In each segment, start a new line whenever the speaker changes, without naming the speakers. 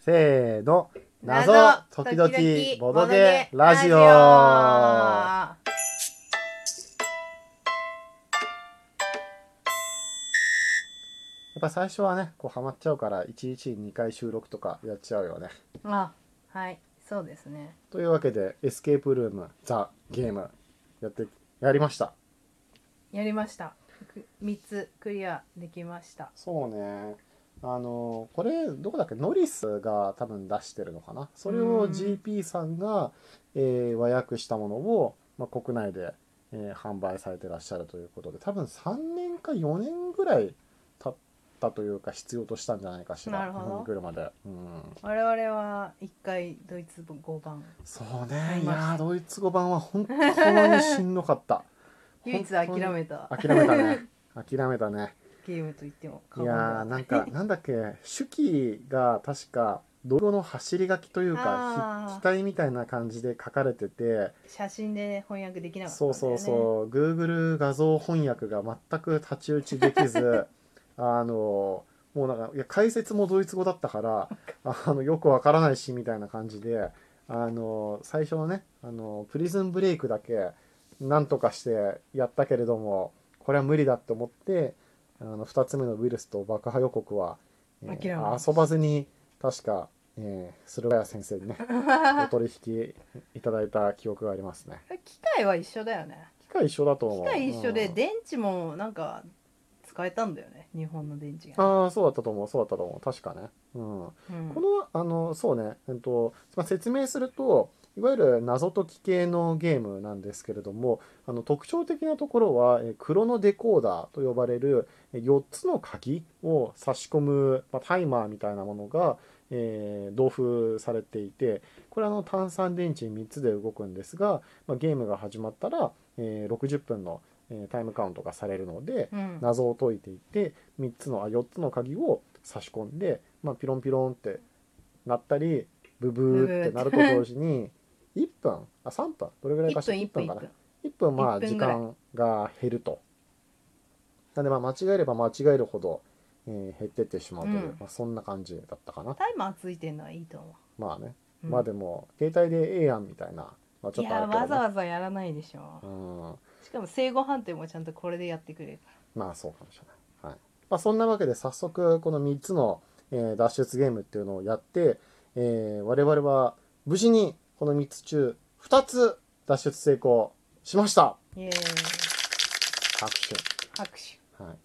せーの謎時々ボドゲラジオやっぱ最初はねこうハマっちゃうから1日に2回収録とかやっちゃうよね
あはいそうですね
というわけでエスケープルームザゲームやってやりました
やりましたく三つクリアできました
そうねあのこれどこだっけノリスが多分出してるのかなそれを
うん
GP さんが、えー和訳したものを、まあ、国内で、えー販売されてらっしゃるということで多分3年か4年ぐらい経ったというか必要としたんじゃないかしら
なるほど
日本に来るまで、うん、
我々は一回ドイツ語版
そう
あ
ね
り
い
ました
やードイツ語版は本当にしんどかった
唯一諦
本
めた
当に諦めたね諦めたね
ゲームと言っても過
い
言で
やー
は
なんかなんだっけ手記が確か道路の走り書きという
あ
か
ー
ひ機体みたいな感じで書かれてて
写真でね翻訳できなかったん
そう
だよ
そ
ね
うそう Google 画像翻訳が全く太刀打ちでき ずあのもうなんかいや解説もドイツ語だった からあのよくわからないしみたいな感じであの最初のねあのプリズンブレイクだけなんとかしてやったけれどもこれは無理だと思ってあの2つ目のウイルスと爆破予告は、えー
諦めました
遊ばずに確か、えー、駿河屋先生に ねお取引いただいた記憶がありますね。
機械は一緒だよね
機械一緒だと思
機
う。
械一緒で
うん
電池もなんか使えたんだよね日本の電池が、
ああそうだったと思うそうだったと思う確かね。うん。
うん
このあのそうね、えっとまあ説明するといわゆる謎解き系のゲームなんですけれどもあの特徴的なところはえークロノデコーダーと呼ばれるえー4つの鍵を差し込む、まあ、タイマーみたいなものが、えー同封されていてこれはあの炭酸電池3つで動くんですが、まあ、ゲームが始まったら、えー60分の、えータイムカウントがされるので、
うん
謎を解いていって3つのあ4つの鍵を差し込んで、まあ、ピロンピロンってなったりブブーってなると同時に1分あ3分どれぐらい
1
かし
分
ら
1
1分かな1分
分1分
まあ
1分
時
ぐらい
間が減るとなんでまあ間違えれば間違えるほど、えー減ってってしまうという、
うん
まあ、そんな感じだったかな
タイマーついてるのはいいと思
まあね、
う、うん
まあでも携帯でええやんみたいな、まあ、ちょ
い
っとあ
や
るけど、ね、
わざわざやらないでしょ
うん
しかも生後判定もちゃんとこれでやってくれる
まあそうかもしれない。はいまあ、そんなわけで早速この3つの、えー脱出ゲームっていうのをやって、えー我々は無事にこの3つ中2つ脱出成功しました
イエーイ
拍手。
拍手
はい、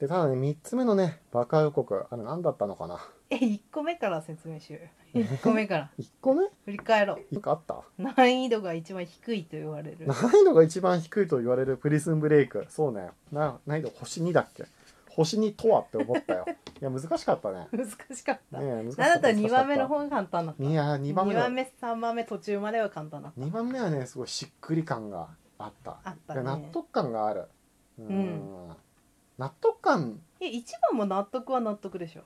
でただね3つ目のね爆破予告あれ何だったのかな
え1個目から説明しよう1個 目から
1個目
振り返ろう
1個あった
難易度が一番低いと言われる
難易度が一番低いと言われるプリズンブレイクそうねな難易度星2だっけ星2とはって思ったよいや難しかったね
難しかっ
ね
た、
え難しか
なんだったら2番目の
方
方が簡単だった
いや2番目の
3番目途中までは簡単だっ
2番目はねすごいしっくり感があった
たあっ
い
た
や納
ね
得感があるうーん納得感
え一番も納得は納得でしょ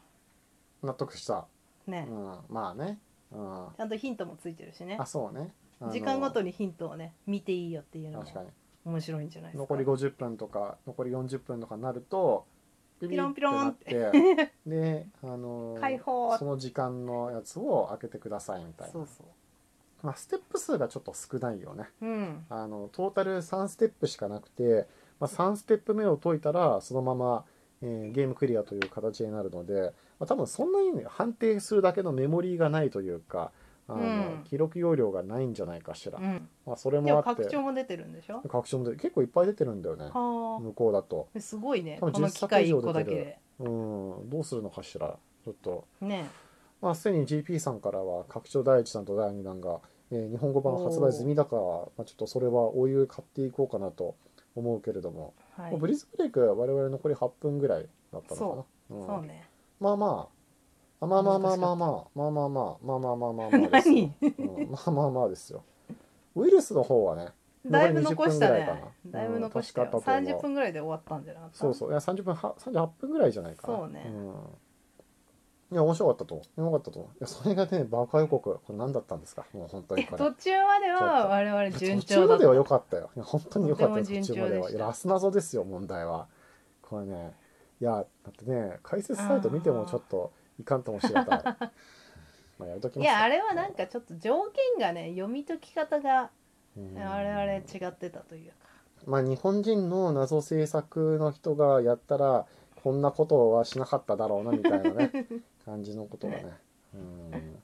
納得した、う
ね、
ん、まあね、うん、
ちゃんとヒントもついてるしね
あそうねあの
時間ごとにヒントをね見ていいよっていうのも
確かに
面白いんじゃないですか
残り50分とか残り40分とかになるとピ
ピロンピロンって
なって であの
解放
その時間のやつを開けてくださいみたいな
そうそ
まあ、ステップ数がちょっと少ないよね
ううん
あのトータル3ステップしかなくて、まあ、3ステップ目を解いたらそのまま、えーゲームクリアという形になるので、まあ、多分そんなに、ね、判定するだけのメモリーがないというかあの、
うん
記録容量がないんじゃないかしら、
うん
まあ、それ
で
も
も
あって
拡張も出てるんでしょ
拡張もで結構いっぱい出てるんだよね
は
向こうだと、
あすごいね
多
こ
分
の
10
機械1
作以上出
個だ
て
け
る
で
うん、どうするのかしらちょっと、
ね
まあ、すでに GP さんからは拡張第1弾と第2弾が、えー日本語版発売済みだから、まあ、ちょっとそれはおいおい買っていこうかなと思うけれども
は
も
いう
ブリズブレイク我々残り8分ぐらいだったのかな。うん
そうね
まあまあ。あまあまあまあまあまあまあまあまあまあまあまあまあまあですよ。うんまあまあまあですよ。ウイルスの方はね、
だいぶ残した
残り20分ぐらいかな
ねだいぶ残したよ
うん助かったと思う
30分ぐらいで終わったんじゃなかった
そうそういや30分は38分ぐらいじゃないかな。
そうね
うんいや面白かったと思う。面白かったと思う。いやそれがね爆破予告これ何だったんですか。もう本当
い
に
や
これ。
途中まで
ちょっ
は
と
我々順
途
調
中
だ
ま
っ
で
た
は良かったよ。いや本当に良かったよ、
とても
途
順
中
調
まで
で
は。
し
い
た
やラス謎ですよ、問題は。これね、 いや、だってね、解説サイト見てもちょっといかんともしれない。まあ、やるとき
い
ま
やあれは
な
なんかちょっと条件がね読み解き方が
うん
我々違ってたというか
まあ、日本人の謎制作の人がやったらこんなことはしなかっただろうなみたいな ね感じのことがね。うん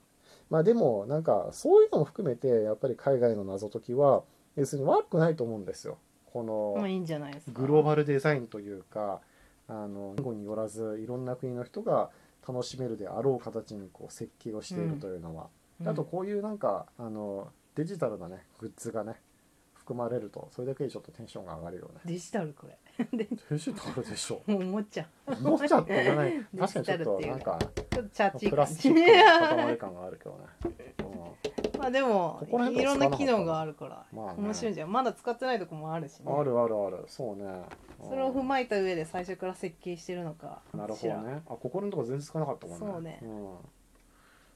まあでもなんかそういうのも含めてやっぱり海外の謎解きは別に悪くないと思うんですよ。こ
もう
の
いいんじゃないですか
グローバルデザインというかあの言語によらずいろんな国の人が楽しめるであろう形にこう設計をしているというのは
うん
あとこういうなんかあのデジタルなねグッズがね含まれるとそれだけでちょっとテンションが上がるよね。
デジタルこれ
デジタルでしょ。
もうおもちゃ
思っちゃってじゃ ない。確かにちょっとなんか
ちょっとチャーチー
プ
感
ラスチ
じ
ック の塊感があるけどね。
まあでも
ここら辺
い
とか使
ろん
わな
な
かった
機能があるから
まあね
面白いんじゃんまだ使ってないとこもあるし、ね
うん、あるあるある。そうね。
それを踏まえた上で最初から設計してるのか
うんなる
ち
ほど
ら
ね。あ、ここのとこ全然つかなかったもんね。
そうね
ん。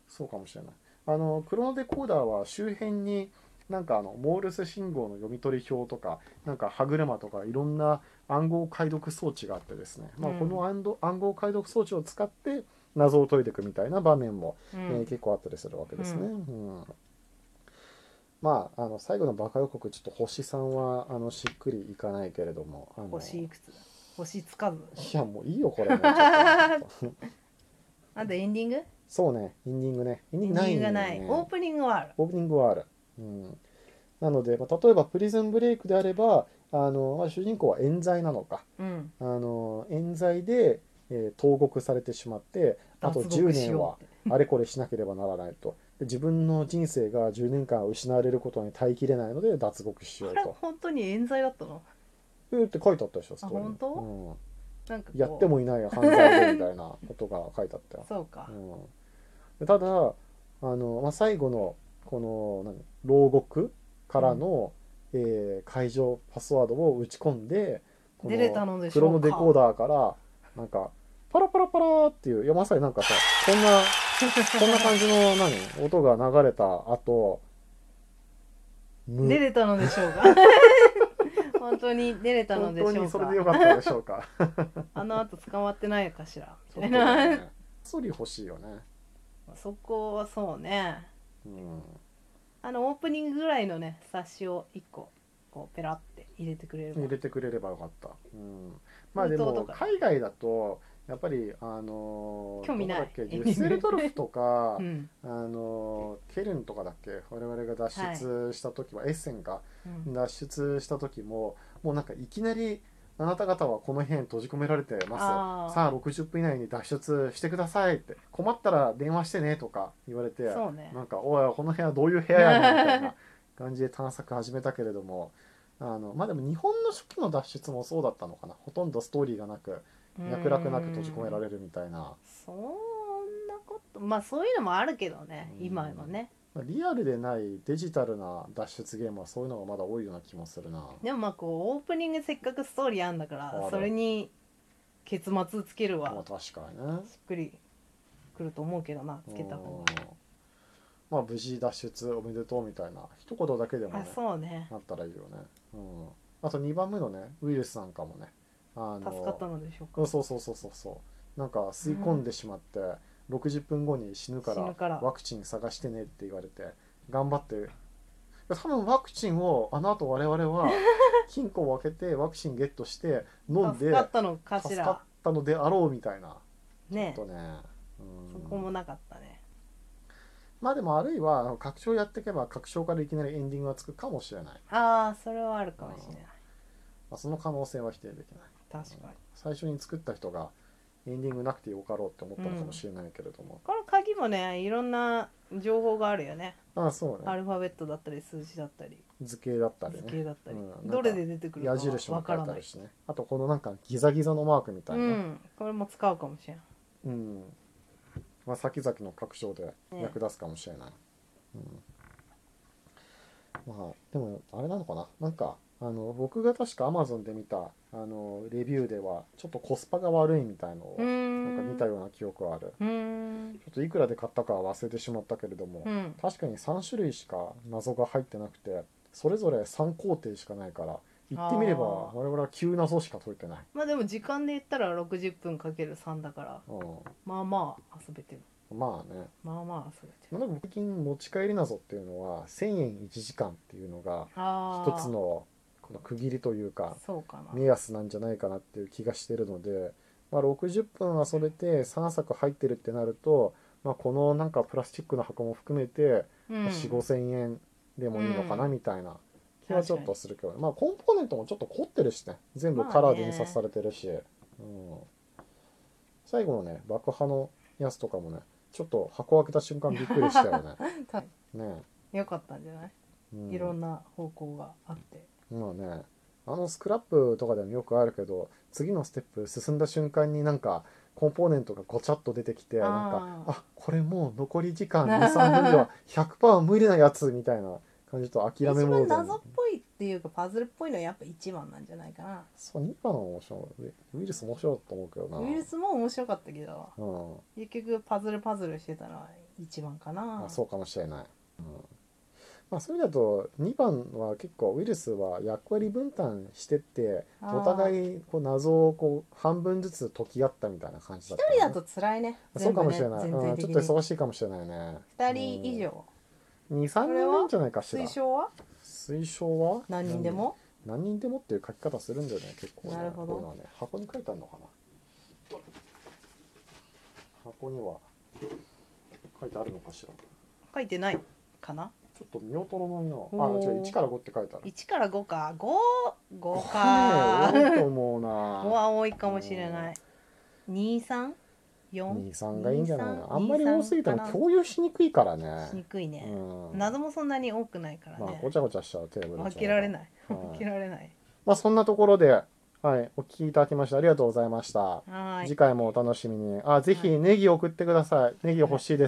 そうかもしれない。あのクロノデコーダーは周辺に。なんかあのモールス信号の読み取り表とかなんか歯車とかいろんな暗号解読装置があってですね、まあ、
うん
この暗号暗号解読装置を使って謎を解いていくみたいな場面も
うん
えー結構あったりするわけですね。うんまあ、あの最後のバカ予告ちょっと星さんはあのしっくりいかないけれどもあの
星い
い
くつだ星つかず
やもういいよこれもうちょっ と
あとエンディング
そうねエンディングねエンディ
エ
ン
ン
グ
デ
な
ィ
い
ング
んだ
が
よ
ない
ね
オープニングはある
オープニングはある、うん、なので、まあ、例えば「プリズンブレイク」であればあの、まあ、主人公は冤罪なのか
うん
あの冤罪で、えー投獄されてしまってあと
脱
10
獄し
年は
ようって
あれこれしなければならないと。で自分の人生が10年間失われることに耐えきれないので脱獄しよう
これ
と。
本当に冤罪だったの
えーって書いてあったでしょ、ストーリーに
本当
うん
なんかこう。
やってもいない犯罪でみたいなことが書いてあったよ
そうか
うんでただあの、まあ、最後のこの何牢獄からの、えー解除パスワードを打ち込んでこ
出れたのでし
クロ
ょ
ノ
う
デコー
か
ダーからなんかパラパラパラーっていういやまさになんかさこん なこんな感じの何音が流れた後無
出れたのでしょ うか本当に出れたの
本
でしょ
当
う
にそれでよ
か
かったでしょうか
あの後捕まってないかしら
ちょ
み
ったと
いな
ねソリ欲しいよね、
そこはそうね
うん、
あのオープニングぐらいのね冊子を一個こうペラって入れてくれる
入れてくれればよかった、うん、まあでも
本当とか
海外だとやっぱりあのー
興味ない
どこだっけデュッセルドルフとか
うん、
あのーケルンとかだっけ我々が脱出した時は、エッセンが
うん、
脱出した時ももうなんかいきなりあなた方はこの辺閉じ込められてま
あ
す
ー
さあ60分以内に脱出してくださいって困ったら電話してねとか言われて
そうね
なんか「おいこの部屋どういう部屋やねん」みたいな感じで探索始めたけれどもあのまあでも日本の初期の脱出もそうだったのかなほとんどストーリーがなく脈絡なく閉じ込めら
る
れるみたいな
そんなことまあそういうのもあるけどね
うん
今はね
まあリアルでないデジタルな脱出ゲームはそういうのがまだ多いような気もするな。
でもまあこうオープニングせっかくストーリーあんだか
あ
ら
る
それに結末つける
まあ
は
確かにね
しっくりくると思うけどなつけた方
うんまあ無事脱出おめでとうみたいな一言だけでも
があ
ね
そうね
なったらいいよね、うん、あと2番目のねウイルスなんかもねあ
助かった
の
のでしょうか
うんそうそうそうそうそうなんか吸い込んでしまって、60分後に死ぬか
死ぬから
らワクチン探してねって言われて頑張って多分ワクチンをあの後我々 は金庫を開けてワクチンゲットして飲ん
助
で
かったのか
助
し
からったのであろうみたいな
ね
ことね、うん、
そこもなかったね
まあでもあるいはあの拡張やっていけば拡張からいきなりエンディングがつくかもしれない、
ああそれはあるかもしれない
まあ、その可能性は否定できない
確かに
最初に作った人がエンディングなくてよかろうって思ったのかもしれないけれども、
この鍵もねいろんな情報があるよね
ああそう
ア
ね
ルファベットだったり数字だったり
図形だったり
図形
ね
だったり、
うんなんか
どれで出てくるか
矢印
わ
も
か
書いて
ら
あ
な
る
い
しねあとこのなんかギザギザのマークみたいうな、うん
んこれも使うかもしれん
まあ、先々の拡張で役立つかもしれない、うん、まあでもあれなのかななんかあの僕が確か Amazon で見たあのレビューではちょっとコスパが悪いみたいのを、
うー
なん
ん
か見たような記憶はある。
うーん
ちょっといくらで買ったかは忘れてしまったけれども、
うん
確かに3種類しか謎が入ってなくて、それぞれ3工程しかないから、言ってみれば
あー
我々は急謎しか解いてない。
まあでも時間で言ったら60分かける3だから
うん、
まあまあ遊べてる
まあね
まあまあそれじ
なんか僕最近持ち帰り謎っていうのは1000円1時間っていうのが
ゃああ
一つのこの区切りというか
そうかな
目安なんじゃないかなっていう気がしてるので、まあ、60分はそれで3作入ってるってなると、まあ、このなんかプラスチックの箱も含めて
うん
4 5千円でもいいのかな
うん
みたいな気はちょっとするけど、まあコンポーネントもちょっと凝ってるしね全部
まあね
カラーで印刷されてるし、うん、最後のね爆破のやつとかもねちょっと箱開けた瞬間びっくりしたよね
確か
ね
によかったんじゃない、
え、うん
いろんな方向があって
まあねあのスクラップとかでもよくあるけど次のステップ進んだ瞬間になんかコンポーネントがごちゃっと出てきて
あー
なんかあこれもう残り時間23分では100%無理なやつみたいな感じと
一
諦めモード
番
に
謎っぽいっていうかパズルっぽいのはやっぱ一番なんじゃないかな
そうニッパーの面白いウイルス面白いと思うけどな
ウイルスも面白かったけど
うん
結局パズルパズルしてたら一番かな
あ、そうかもしれない、うんまあ、そういう意味だと2番は結構ウイルスは役割分担してって
あー
お互いこう謎をこう半分ずつ解き合ったみたいな感じだった
一
ね
人だと辛いね
そうかもしれない、
全
う
体
ん、ち
的
ょっ
に
と忙しいかもしれないね
2人以上
23
そ
人
れはい
いんじゃないかしら
推奨は
推奨は
何人でも
何人でもっていう書き方するんだよね結構ね
なるほど
こういうのはね箱に書いてあるのかな箱には書いてあるのかしら
書いてないかな
ちょっと見劣らないなあ
おー
違う1から5って書いてある
1から5か55
こ
か
れね多いと思う
5
な
は多いかもしれない234
23がいいんじゃない
23
のあんまり多すぎても
かな
共有しにくいから
しに
ね
くいね、
うん
謎もそんなに多くないから
まあ
ね、
ごちゃごちゃしちゃうテーブル
開けられ
い
ない
はい
開けられない
まあそんなところではいお聞きいただきましてありがとうございました
はーい
次回もお楽しみにあぜひネギ送ってくださいネギ欲しいです